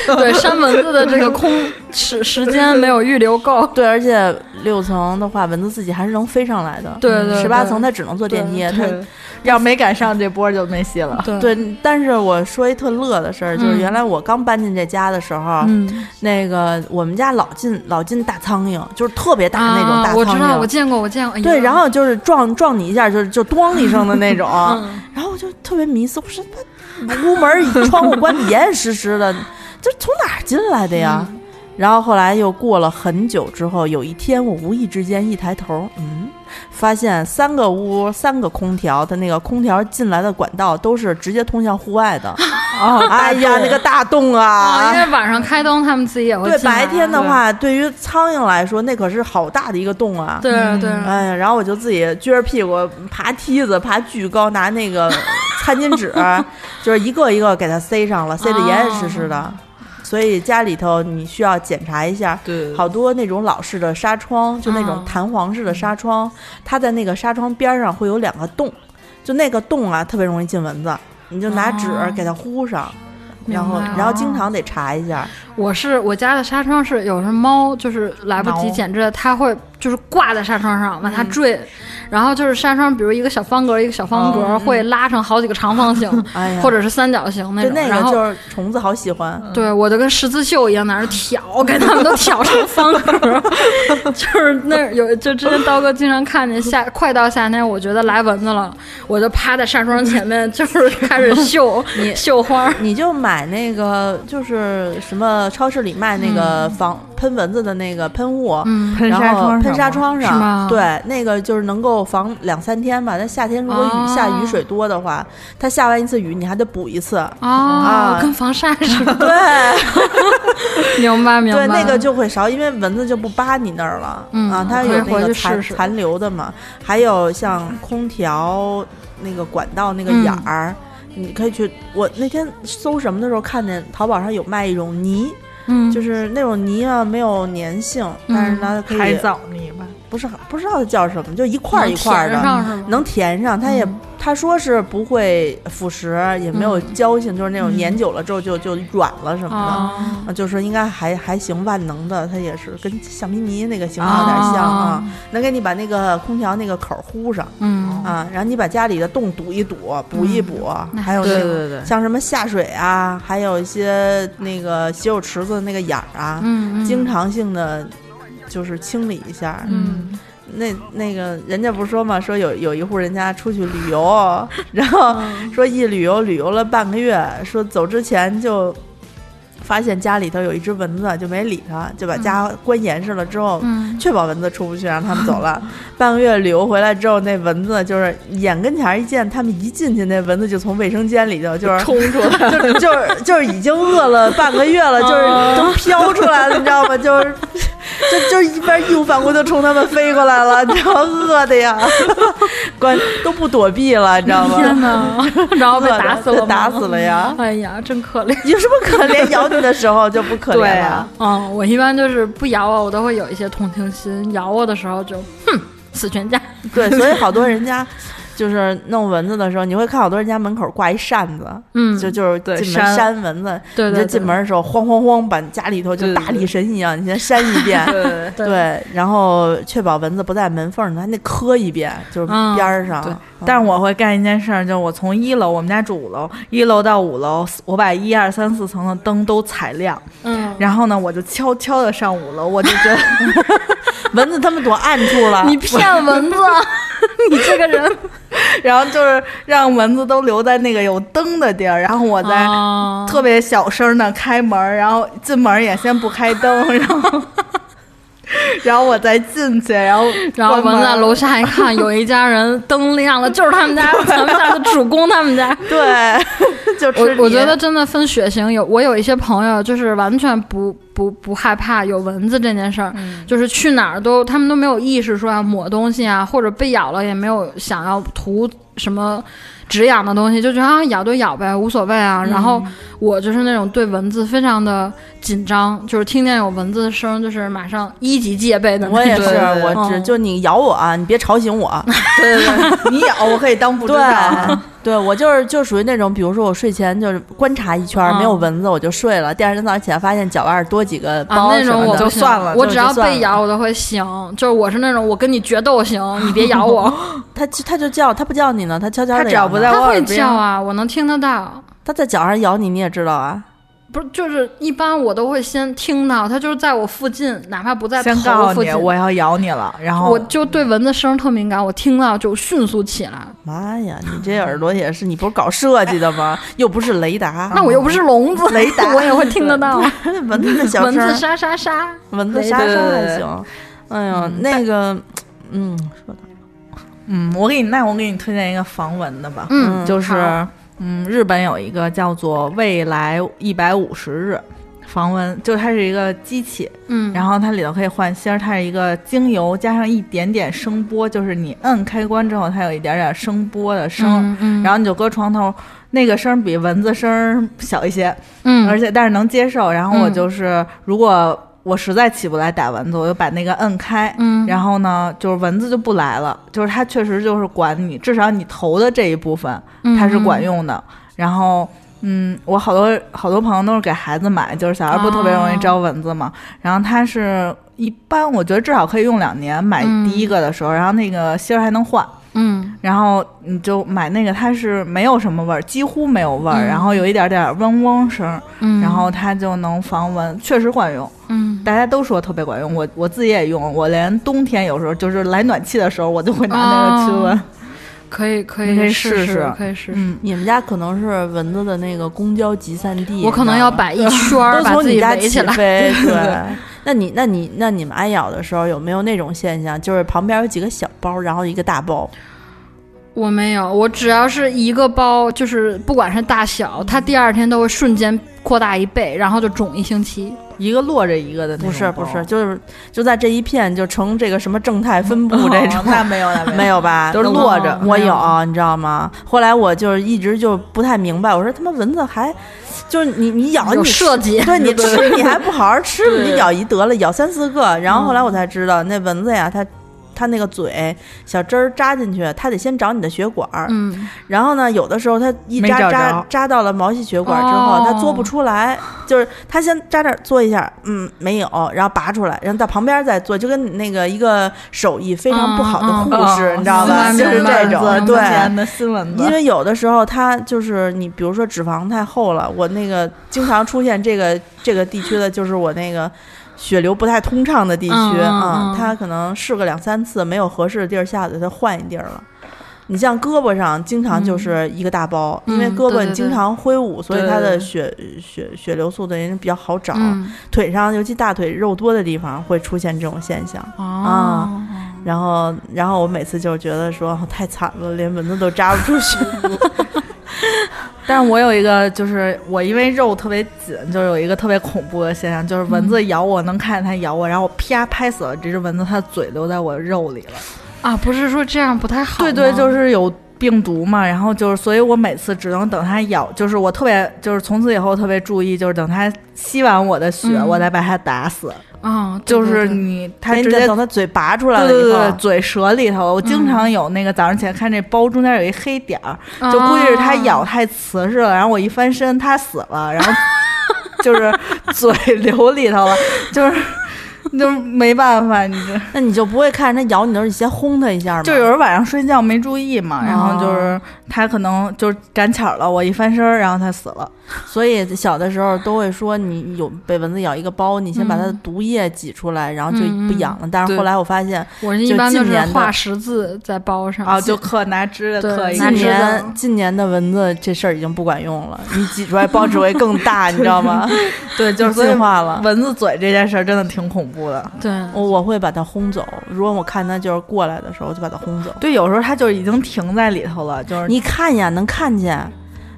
S3: 哦对扇蚊子的这个空时时间没有预留够。
S1: 对，而且六层的话，蚊子自己还是能飞上来的。
S3: 对对对，
S1: 十八层它只能坐电梯，它
S2: 对， 要没赶上这波就没戏了。
S3: 对，
S1: 对。但是我说一特乐的事儿，就是
S3: 嗯
S1: 原来我刚搬进这家的时候，
S3: 嗯，
S1: 那个我们家老进老进大苍蝇，就是特别大的那种
S3: 啊
S1: 大
S3: 我知道，
S1: 苍
S3: 我
S1: 蝇。
S3: 见过，我见过。哎呀
S1: 对，然后就是撞撞你一下，就是就咣一声的那种，
S3: 嗯，
S1: 然后我就特别迷思，我说他屋门儿窗户关得严严实实的，这从哪儿进来的呀？然后后来又过了很久之后，有一天我无意之间一抬头，嗯，发现三个屋三个空调的那个空调进来的管道都是直接通向户外 的。
S2: 哦，
S1: 哎呀，那个大洞
S3: 啊，因
S1: 啊！
S3: 为晚上开灯，他们自己也会
S1: 对
S3: 进来
S1: 白天啊的话，对于苍蝇来说，那可是好大的一个洞啊。
S3: 对对，
S1: 哎呀，然后我就自己撅着屁股爬梯子，爬巨高，拿那个 餐巾纸，就是一个一个给它塞上了，
S3: 哦
S1: 塞得严严实实的。所以家里头你需要检查一下，
S2: 对
S1: 好多那种老式的纱窗，就那种
S3: 啊
S1: 弹簧式的纱窗，它在那个纱窗边上会有两个洞，就那个洞啊特别容易进蚊子，你就拿纸
S3: 哦
S1: 给它糊上，
S3: 明
S1: 然后
S3: 白了
S1: 然后经常得查一下。
S3: 我是我家的纱窗是有时候猫就是来不及
S2: 挠
S3: 剪枝，它会就是挂在纱窗上往
S1: 嗯
S3: 它坠，然后就是纱窗，比如一个小方格一个小方格、
S1: 哦
S3: 会拉成好几个长方形、
S1: 哎呀，
S3: 或者是三角形那
S1: 就
S3: 种，
S1: 那
S3: 然
S1: 个
S3: 后。
S1: 就是虫子好喜欢，
S3: 对，我就跟十字绣一样，在那儿挑，给他们都挑成方格， 就是那儿 有，就之前刀哥经常看见夏，快到夏天，我觉得来蚊子了，我就趴在纱窗前面， 就是 开始绣绣花儿，
S1: 你就买那个就是什么超市里卖那个防喷蚊子的那个喷雾，
S3: 嗯，
S2: 喷
S1: 然
S2: 纱
S1: 后
S2: 窗，
S1: 喷纱，窗
S3: 是吗
S1: 对，那个就是能够防两三天吧。但夏天如果雨、
S3: 哦
S1: 下雨水多的话，它下完一次雨你还得补一 次。
S3: 哦
S1: 啊，
S3: 跟防晒似的，
S1: 对
S3: 明白明白。
S1: 对，那个就会少，因为蚊子就不扒你那儿了、
S3: 嗯
S1: 啊，它
S3: 我
S1: 有
S3: 可
S1: 那
S3: 以回
S1: 个
S3: 去
S1: 残
S3: 试试
S1: 残留的嘛。还有像空调那个管道那个
S3: 嗯
S1: 眼儿，你可以去。我那天搜什么的时候看见淘宝上有卖一种泥，
S3: 嗯，
S1: 就是那种泥啊，没有粘性，
S3: 嗯
S1: 但是它可
S2: 海
S1: 以
S2: 藻泥吧，
S1: 不是不知道它叫什么，就一块儿一块儿
S3: 能舔
S1: 的，
S3: 上是吗？
S1: 能填上。它也
S3: 嗯
S1: 他说是不会腐蚀，也没有胶性，就是那种
S3: 嗯
S1: 粘久了之后就就软了什么
S3: 啊
S1: 的。啊，就说应该还还行，万能的，它也是跟橡皮泥那个形状有点像
S3: 哦
S1: 啊，，能给你把那个空调那个口儿糊上
S3: 嗯，
S1: 啊，然后你把家里的洞堵一堵，补一补，啊
S3: 那
S1: 还有
S3: 对
S1: 那
S2: 对
S1: 个
S2: 对对，
S1: 像什么下水啊，还有一些那个洗手池子的那个眼儿啊，
S3: 嗯，嗯
S1: 经，常性的就是清理一下。
S3: 嗯，
S1: 那那个人家不是说嘛，说有有一户人家出去旅 游，然后说一旅游旅游了半个月，说走之前就。发现家里头有一只蚊子，就没理它，就把家
S2: 嗯
S1: 关严实了之后，
S3: 嗯
S1: 确保蚊子出不去，让他们走 了。半个月旅游回来之后，那蚊子就是眼跟前儿一见，他们一进去，那蚊子就从卫生间里头就是
S2: 冲出来，
S1: 就是就是就是已经饿了半个月了，就
S2: 嗯
S1: 是都飘出来了，你知道吗？就是。 就就是一边义无反顾就冲他们飞过来了，你 知道饿的呀，关都不躲避了，你知 道吗？
S3: 天哪！ 然后被打死
S1: 嗯饿
S3: 了
S1: 得
S3: 吗，
S1: 打死了呀
S3: 哎呀，真可怜。
S1: 有什么可怜？咬你的时候就不可怜
S2: 对
S1: 了。
S2: 啊
S3: 嗯，我一般就是不咬我，我都会有一些同情心；咬我的时候就哼，死全家。
S1: 对，所以好多人家就是弄蚊子的时候，你会看好多人家门口挂一扇子，
S3: 嗯，
S1: 就就是
S2: 对
S1: 进门
S2: 扇
S1: 扇蚊子。
S3: 对
S1: 你
S3: 对
S1: 就
S3: 对，
S1: 进门的时候，慌慌慌，把你家里头就
S2: 对对。
S1: 大力神一样，你先扇一遍
S2: 对，
S3: 对
S1: 对，然后确保蚊子不在门缝儿，你还得磕一遍，就是
S3: 嗯
S1: 边儿上。
S2: 对
S1: 嗯
S2: 但是我会干一件事儿，就是我从一楼，我们家住五楼，一楼到五楼，我把一二三四层的灯都踩亮，
S3: 嗯，
S2: 然后呢，我就悄悄的上五楼，我就觉得
S1: 蚊子他们躲暗处了，
S3: 你骗蚊 子，你这个人。
S2: 然后就是让蚊子都留在那个有灯的地儿，然后我再
S3: 哦
S2: 特别小声的开门儿，然后进门儿也先不开灯，然后然后我再进去，然后
S3: 然后蚊
S2: 关
S3: 子
S2: 门
S3: 在
S2: 儿
S3: 楼下一看，有一家人灯亮了，就是他们家，咱们家的主公他们家。
S1: 对， 就吃
S3: 我我
S1: 你
S3: 觉得真的分血型，有我有一些朋友就是完全不不不害怕有蚊子这件事儿，
S1: 嗯
S3: 就是去哪儿都他们都没有意识说要抹东西啊，或者被咬了也没有想要涂什么止痒的东西，就觉得啊咬就咬呗，无所谓啊。然后
S1: 嗯
S3: 我就是那种对蚊子非常的紧张，就是听见有蚊子的声，就是马上一级戒备的那种。
S1: 我也是
S2: 对对，
S1: 我只
S3: 嗯
S1: 就你咬我啊，你别吵醒 我。
S2: 对对对，你咬我可以当不知道，啊
S1: 对 我就是就属于那种，比如说我睡前就是观察一圈儿、
S3: 嗯
S1: 没有蚊子，我就睡了。第二天早上起来发现脚腕儿多几个包、
S3: 啊，那种我
S2: 就
S3: 不行
S2: 算了
S3: 我
S1: 就
S3: 只要
S1: 就算
S3: 被
S1: 了
S3: 咬我都会醒，就是我是那种我跟你决斗型，你别咬 我。
S1: 他他就叫他不叫你呢，他悄悄
S2: 它
S1: 的
S2: 只要不在
S3: 它
S2: 我
S3: 会
S2: 耳边
S3: 叫，啊，我能听得到。
S1: 他在脚上咬你，你也知道啊。
S3: 不是，就是一般我都会先听到，它就是在我附近，哪怕不在
S2: 先
S3: 头
S2: 告诉
S3: 附
S2: 你
S3: 近，
S2: 我要咬你了，然后
S3: 我就对蚊子声特敏感，我听到就迅速起来。
S2: 啊
S1: 妈呀，你这耳朵也是，你不是搞设计的 吗？又不是雷达，
S3: 那我又不是聋子，
S1: 雷达
S3: 我也会听得到
S1: 蚊子的小
S3: 蚊
S1: 声
S3: 子
S1: 儿，
S3: 沙沙沙。
S1: 蚊子
S2: 对
S1: 沙
S2: 对
S1: 沙
S2: 对
S1: 还
S2: 对
S1: 行。哎呦，那个，嗯，说的
S2: 嗯，我给你那我给你推荐一个防蚊的吧，
S3: 嗯，
S2: 就是
S3: 好
S2: 嗯，日本有一个叫做“未来一百五十日”防蚊，就是它是一个机器，
S3: 嗯，
S2: 然后它里头可以换芯儿，它是一个精油加上一点点声波，就是你摁开关之后，它有一点点声波的声，
S3: 嗯嗯，
S2: 然后你就搁床头，那个声儿比蚊子声儿小一些，
S3: 嗯，
S2: 而且但是能接受。然后我
S3: 嗯
S2: 就是，如果我实在起不来打蚊子，我就把那个摁开，
S3: 嗯，
S2: 然后呢，就是蚊子就不来了，就是它确实就是管你，至少你头的这一部分
S3: 嗯
S2: 它是管用的。然后，嗯，我好多好多朋友都是给孩子买，就是小孩不特别
S3: 哦
S2: 容易招蚊子嘛。然后它是一般，我觉得至少可以用两年。买
S3: 嗯
S2: 第一个的时候，然后那个芯儿还能换。
S3: 嗯，
S2: 然后你就买那个，它是没有什么味儿，几乎没有味儿，
S3: 嗯
S2: 然后有一点点嗡嗡声，
S3: 嗯嗯，
S2: 然后它就能防蚊，确实管用。
S3: 嗯。
S2: 大家都说特别管用，我我自己也用，我连冬天有时候就是来暖气的时候，我就会拿
S3: 哦
S2: 那个驱蚊。
S3: 可以可
S2: 你可
S3: 以
S2: 以
S3: 试
S2: 试试
S3: 可以试试。
S2: 嗯，
S1: 你们家可能是蚊子的那个公交集散地，
S3: 我可能
S1: 你知道
S3: 要
S1: 吗
S3: 摆一圈 儿，
S1: 都
S3: 把
S1: 从
S3: 自
S1: 你
S3: 己
S1: 家
S3: 围
S1: 起
S3: 起来。
S1: 飞。对，那你那你那你们挨咬的时候有没有那种现象，就是旁边有几个小包，然后一个大包？
S3: 我没有，我只要是一个包，就是不管是大小，它第二天都会瞬间扩大一倍，然后就肿一星期。
S2: 一个落着一个的那种
S1: 不是
S2: 包
S1: 不是，就是就在这一片就成这个什么正态分布
S2: 哦
S1: 这种。
S2: 那没有那
S1: 没
S2: 有，
S1: 有吧？
S2: 都是
S1: 那
S2: 落着
S1: 我
S3: 没
S1: 有，
S3: 有
S1: 你知道吗？后来我就是一直就不太明白，我说他妈蚊子还，就是你你
S2: 哦
S1: 咬
S3: 有
S1: 你
S3: 设计，
S1: 对你吃你还不好好吃，
S2: 对
S1: 你咬一得了，咬三四个。然后后
S3: 嗯
S1: 来我才知道，那蚊子呀，它它那个嘴小针儿扎进去，它得先找你的血管儿，
S3: 嗯，
S1: 然后呢，有的时候它一
S2: 没
S1: 扎
S2: 找
S1: 扎
S2: 着
S1: 扎到了毛细血管之后，它嘬不
S3: 哦
S1: 出来，就是它先扎这儿嘬一下，嗯，没有，然后拔出来，然后到旁边再嘬，就跟那个一个手艺非常不好的
S3: 嗯嗯
S1: 护士，
S2: 哦
S1: 你知道吧？
S3: 明
S1: 就
S3: 白
S1: 是
S3: 明白
S1: 这
S3: 明白
S1: 种，
S2: 对
S1: 对。
S2: 的新闻
S1: 因为有的时候它就是你，比如说脂肪太厚了，我那个经常出现这个这个地区的就是我那个血流不太通畅的地区
S3: 嗯嗯
S1: 啊
S3: 嗯，
S1: 它可能试个两三次没有合适的地儿下去，它换一地儿了。你像胳膊上经常就是一个大包，因为
S3: 嗯
S1: 胳膊
S3: 对对
S1: 你经
S3: 对
S1: 常挥舞，所以
S2: 对
S1: 它
S2: 对
S1: 的
S2: 对
S1: 血血血流速的人比较好找。
S3: 嗯
S1: 腿上，尤其大腿肉多的地方会出现这种现象。
S2: 啊
S3: 哦，
S1: 然后，然后我每次就觉得说哦太惨了，连蚊子都扎不出去。
S2: 但是我有一个，就是我因为肉特别紧，就是有一个特别恐怖的现象，就是蚊
S1: 嗯
S2: 子咬我，能看见它咬我，然后我啪拍死了这只蚊子，它的嘴留在我肉里了。
S3: 啊，不是说这样不太好吗？
S2: 对对，就是有病毒嘛，然后就是，所以我每次只能等它咬，就是我特别，就是从此以后特别注意，就是等它吸完我的血，
S3: 嗯
S2: 我再把它打死。
S1: 嗯
S3: 啊，对
S2: 就
S3: 对
S2: 是
S3: 对
S2: 你，它
S1: 你
S2: 直
S1: 得
S2: 接
S1: 等它嘴拔出来
S2: 对
S1: 了以后，嗯
S2: 对对，嘴舌里头，我经常有那个早上起来看这包中间有一黑点儿，就估计是它
S3: 啊
S2: 咬太瓷实了，然后我一翻身，它死 了，然后就是嘴流里头了，就是就是没办法，你这
S1: 那你就不会看着它咬你的时候，你先轰它一下吗？
S2: 就有时候晚上睡觉没注意嘛，然后
S3: 哦
S2: 就是它可能就是赶巧了，我一翻身，然后它死了。
S3: 啊
S1: 所以小的时候都会说，你有被蚊子咬一个包，你先把它的毒液挤出来，然后就不痒了。但是
S2: 嗯对
S1: 后来我发现，
S3: 我是一
S1: 就
S3: 般就
S1: 近
S3: 是
S1: 年的
S3: 画十字在包上
S2: 啊，就刻拿指甲
S3: 对
S2: 刻一
S3: 拿
S2: 个
S1: 近
S3: 指甲
S1: 年近年的蚊子这事儿已经不管用了，你挤出来包只会更大，你知道 吗？
S2: 对，就是所以
S1: 进化了。
S2: 蚊子嘴这件事儿真的挺恐怖的。
S3: 对，
S1: 我我会把它轰走，如果我看它就是过来的时候，我就把它轰走。
S2: 对，有时候它就已经停在里头了，就是
S1: 你看一眼能看见，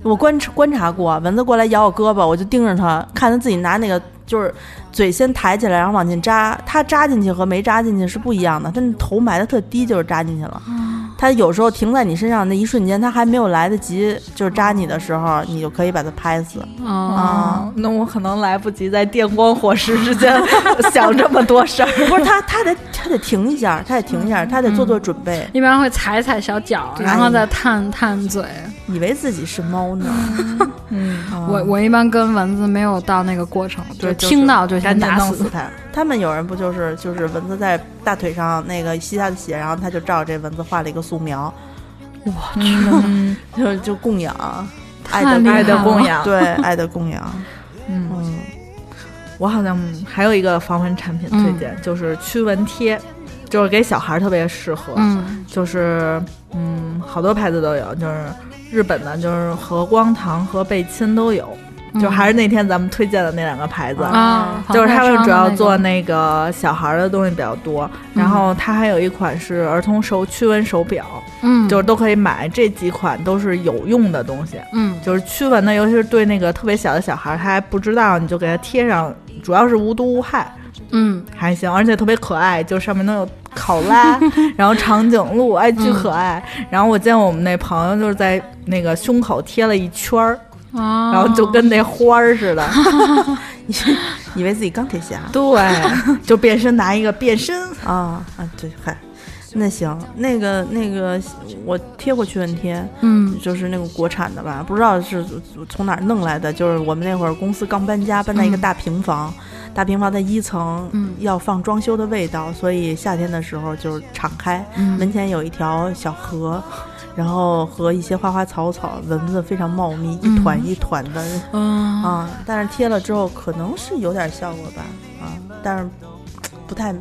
S1: 我观察观察过，蚊子过来咬我胳膊，我就盯着它，看它自己拿那个就是嘴先抬起来，然后往进扎，它扎进去和没扎进去是不一样的，它那头埋的特低就是扎进去了。
S2: 嗯
S1: 它有时候停在你身上那一瞬间，它还没有来得及就是扎你的时候，你就可以把它拍死。
S3: 啊，
S2: 啊，那我可能来不及在电光火石之间 想这么多事儿。
S1: 不是它，它得它得停一下，它得停一下，它得做做准备，
S3: 一般会踩踩小脚，然后再探探嘴。
S1: 以为自己是猫呢。
S2: 嗯，
S3: 我我一般跟蚊子没有到那个过程，
S2: 对就是
S3: 听到就
S2: 赶
S3: 先
S2: 紧
S3: 打
S2: 弄
S3: 死
S2: 死。它。
S1: 他们有人不就是就是蚊子在大腿上那个吸他的血，然后他就照这蚊子画了一个素描，
S2: 嗯，
S1: 就就供养，爱
S3: 太
S1: 的
S3: 厉害
S2: 爱的
S3: 了
S2: 供养。
S1: 对，爱的供养。
S2: 嗯，
S1: 嗯，
S2: 我好像还有一个防蚊产品推荐，
S3: 嗯
S2: 就是驱蚊贴，就是给小孩儿特别适合。
S3: 嗯
S2: 就是嗯，好多牌子都有，就是日本的，就是和光堂和贝亲都有。
S3: 嗯
S2: 就还是那天咱们推荐的那两个牌子，
S3: 啊，
S2: 就是他们主要做
S3: 做
S2: 那个小孩儿的东西比较多，然后它还有一款是儿童手驱蚊手表，
S3: 嗯，
S2: 就是都可以买。这几款都是有用的东西，
S3: 嗯
S2: 就是驱蚊的，尤其是对那个特别小的小孩儿，他还不知道，你就给他贴上，主要是无毒无害，
S3: 嗯
S2: 还行，而且特别可爱，就上面都有考拉，然后长颈鹿，哎，巨可爱。然后我见我们那朋友就是在那个胸口贴了一圈儿，
S3: 啊，
S2: 然后就跟那花儿似的，
S1: 以为自己钢铁侠
S2: 对，就变身拿一个变身。
S1: 啊啊，对，嗨，那行，那个那个，我贴过驱蚊贴，
S3: 嗯
S1: 就是那个国产的吧，不知道是从哪儿弄来的。就是我们那会儿公司刚搬家，搬到一个
S3: 嗯
S1: 大平房，大平房的一层
S3: 嗯
S1: 要放装修的味道，所以夏天的时候就是敞开，
S3: 嗯
S1: 门前有一条小河。然后和一些花花草草，蚊子非常茂密，一团
S3: 嗯
S1: 一团的、
S3: 嗯
S1: 啊。但是贴了之后，可能是有点效果吧，啊，但是不太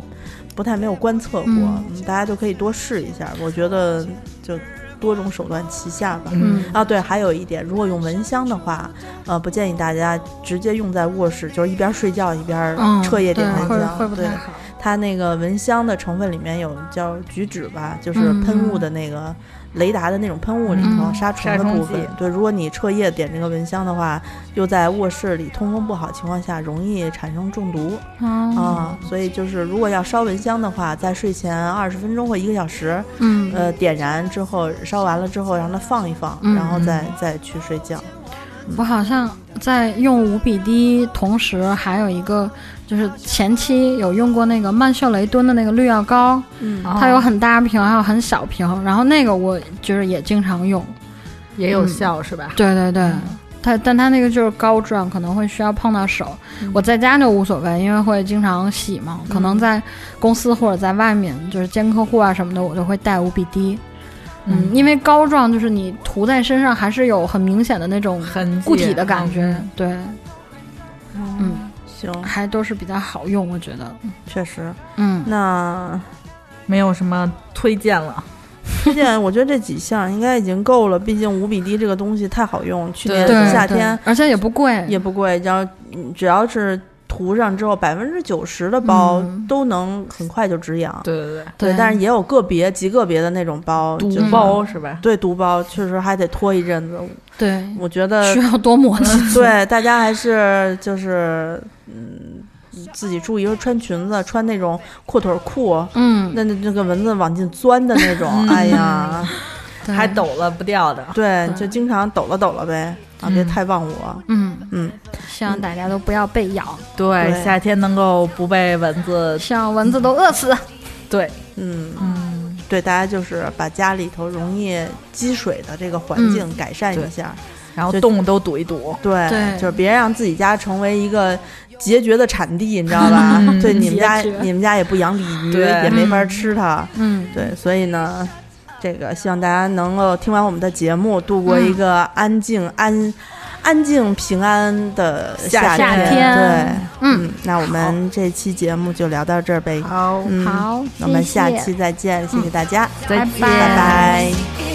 S1: 不太没有观测过，
S3: 嗯
S1: 嗯大家就可以多试一下。我觉得就多种手段齐下吧。
S3: 嗯
S1: 啊，对，还有一点，如果用蚊香的话，呃，不建议大家直接用在卧室，就是一边睡觉一边
S3: 嗯，
S1: 彻夜点
S3: 对
S1: 蚊
S3: 会
S1: 香。
S3: 会不
S1: 对
S3: 太，好。
S1: 它那个蚊香的成分里面有叫菊酯吧，就是
S3: 嗯
S1: 喷雾的那个雷达的那种喷雾里头、
S3: 嗯
S1: 杀
S2: 杀
S1: 虫的
S2: 虫
S1: 部分
S2: 剂。
S1: 对，如果你彻夜点这个蚊香的话，又在卧室里通风不好情况下，容易产生中毒。
S3: 啊，
S1: 啊，所以就是如果要烧蚊香的话，在睡前二十分钟或一个小时，
S3: 嗯
S1: 呃，点燃之后烧完了之后，让它放一放，
S3: 嗯
S1: 然后再再去睡觉。
S3: 我好像在用五比滴，同时还有一个就是前期有用过那个曼秀雷敦的那个绿药膏，
S1: 嗯
S2: 哦
S3: 它有很大瓶，还有很小瓶，然后那个我就是也经常用。
S2: 也
S3: 有
S2: 效是吧？
S3: 对对对，它但它那个就是膏状，可能会需要碰到手。
S1: 嗯
S3: 我在家就无所谓，因为会经常洗嘛。可能在公司或者在外面，就是见客户啊什么的，我就会带五比滴。嗯，因为膏状就是你涂在身上还是有很明显的那种
S2: 很
S3: 嗯固体的感觉，对，嗯，
S1: 行，
S3: 还都是比较好用，我觉得。
S1: 确实。
S3: 嗯，
S1: 那
S2: 没有什么推荐了。
S1: 推荐，我觉得这几项应该已经够了。毕竟五比滴这个东西太好用，去年
S3: 对，
S1: 夏
S3: 对
S1: 天
S3: 而且也不贵，
S1: 也不贵，然后嗯只要是涂上之后，百分之九十的包
S3: 嗯
S1: 都能很快就止痒。
S2: 对对对，
S1: 对，但是也有个别极个别的那种包，就
S2: 毒
S1: 是
S2: 包是吧？
S1: 对毒包确实还得拖一阵子。
S3: 对，
S1: 我觉得
S3: 需要多磨几次。
S1: 对大家还是就是嗯自己注意，说穿裙子穿那种阔腿裤，
S3: 嗯，
S1: 那那那个蚊子往进钻的那种，哎 呀，
S3: 对
S2: 还抖了不掉的。
S1: 对，就经常抖了抖了呗，啊，别
S3: 嗯
S1: 太忘我，
S3: 嗯，
S1: 嗯，
S3: 希望大家都不要被咬，
S2: 对
S1: 对
S2: 夏天能够不被蚊子。
S3: 希望蚊子都饿死。
S2: 对，
S1: 嗯，
S2: 嗯，
S1: 对，大家就是把家里头容易积水的这个环境改善一下，
S2: 然后
S1: 就
S2: 洞都堵一堵。
S1: 对，
S3: 对
S1: 就是别让自己家成为一个结绝的产地，你知道吧？
S2: 嗯
S1: 对，你们家
S3: 结绝
S1: 你们家也不养鲤鱼，
S2: 对
S1: 也没法吃它，
S3: 嗯，
S1: 对，所以呢。这个希望大家能够听完我们的节目，度过一个安静、安、安静、平安的
S2: 夏
S1: 天。
S3: 夏
S1: 对
S3: 天，嗯，
S1: 嗯，那我们这期节目就聊到这儿呗。
S2: 好
S1: 嗯，
S3: 好，
S1: 那我们
S3: 谢
S1: 下
S3: 谢
S1: 期再见，谢谢大家，
S2: 再见
S3: 拜
S1: 拜拜。
S4: If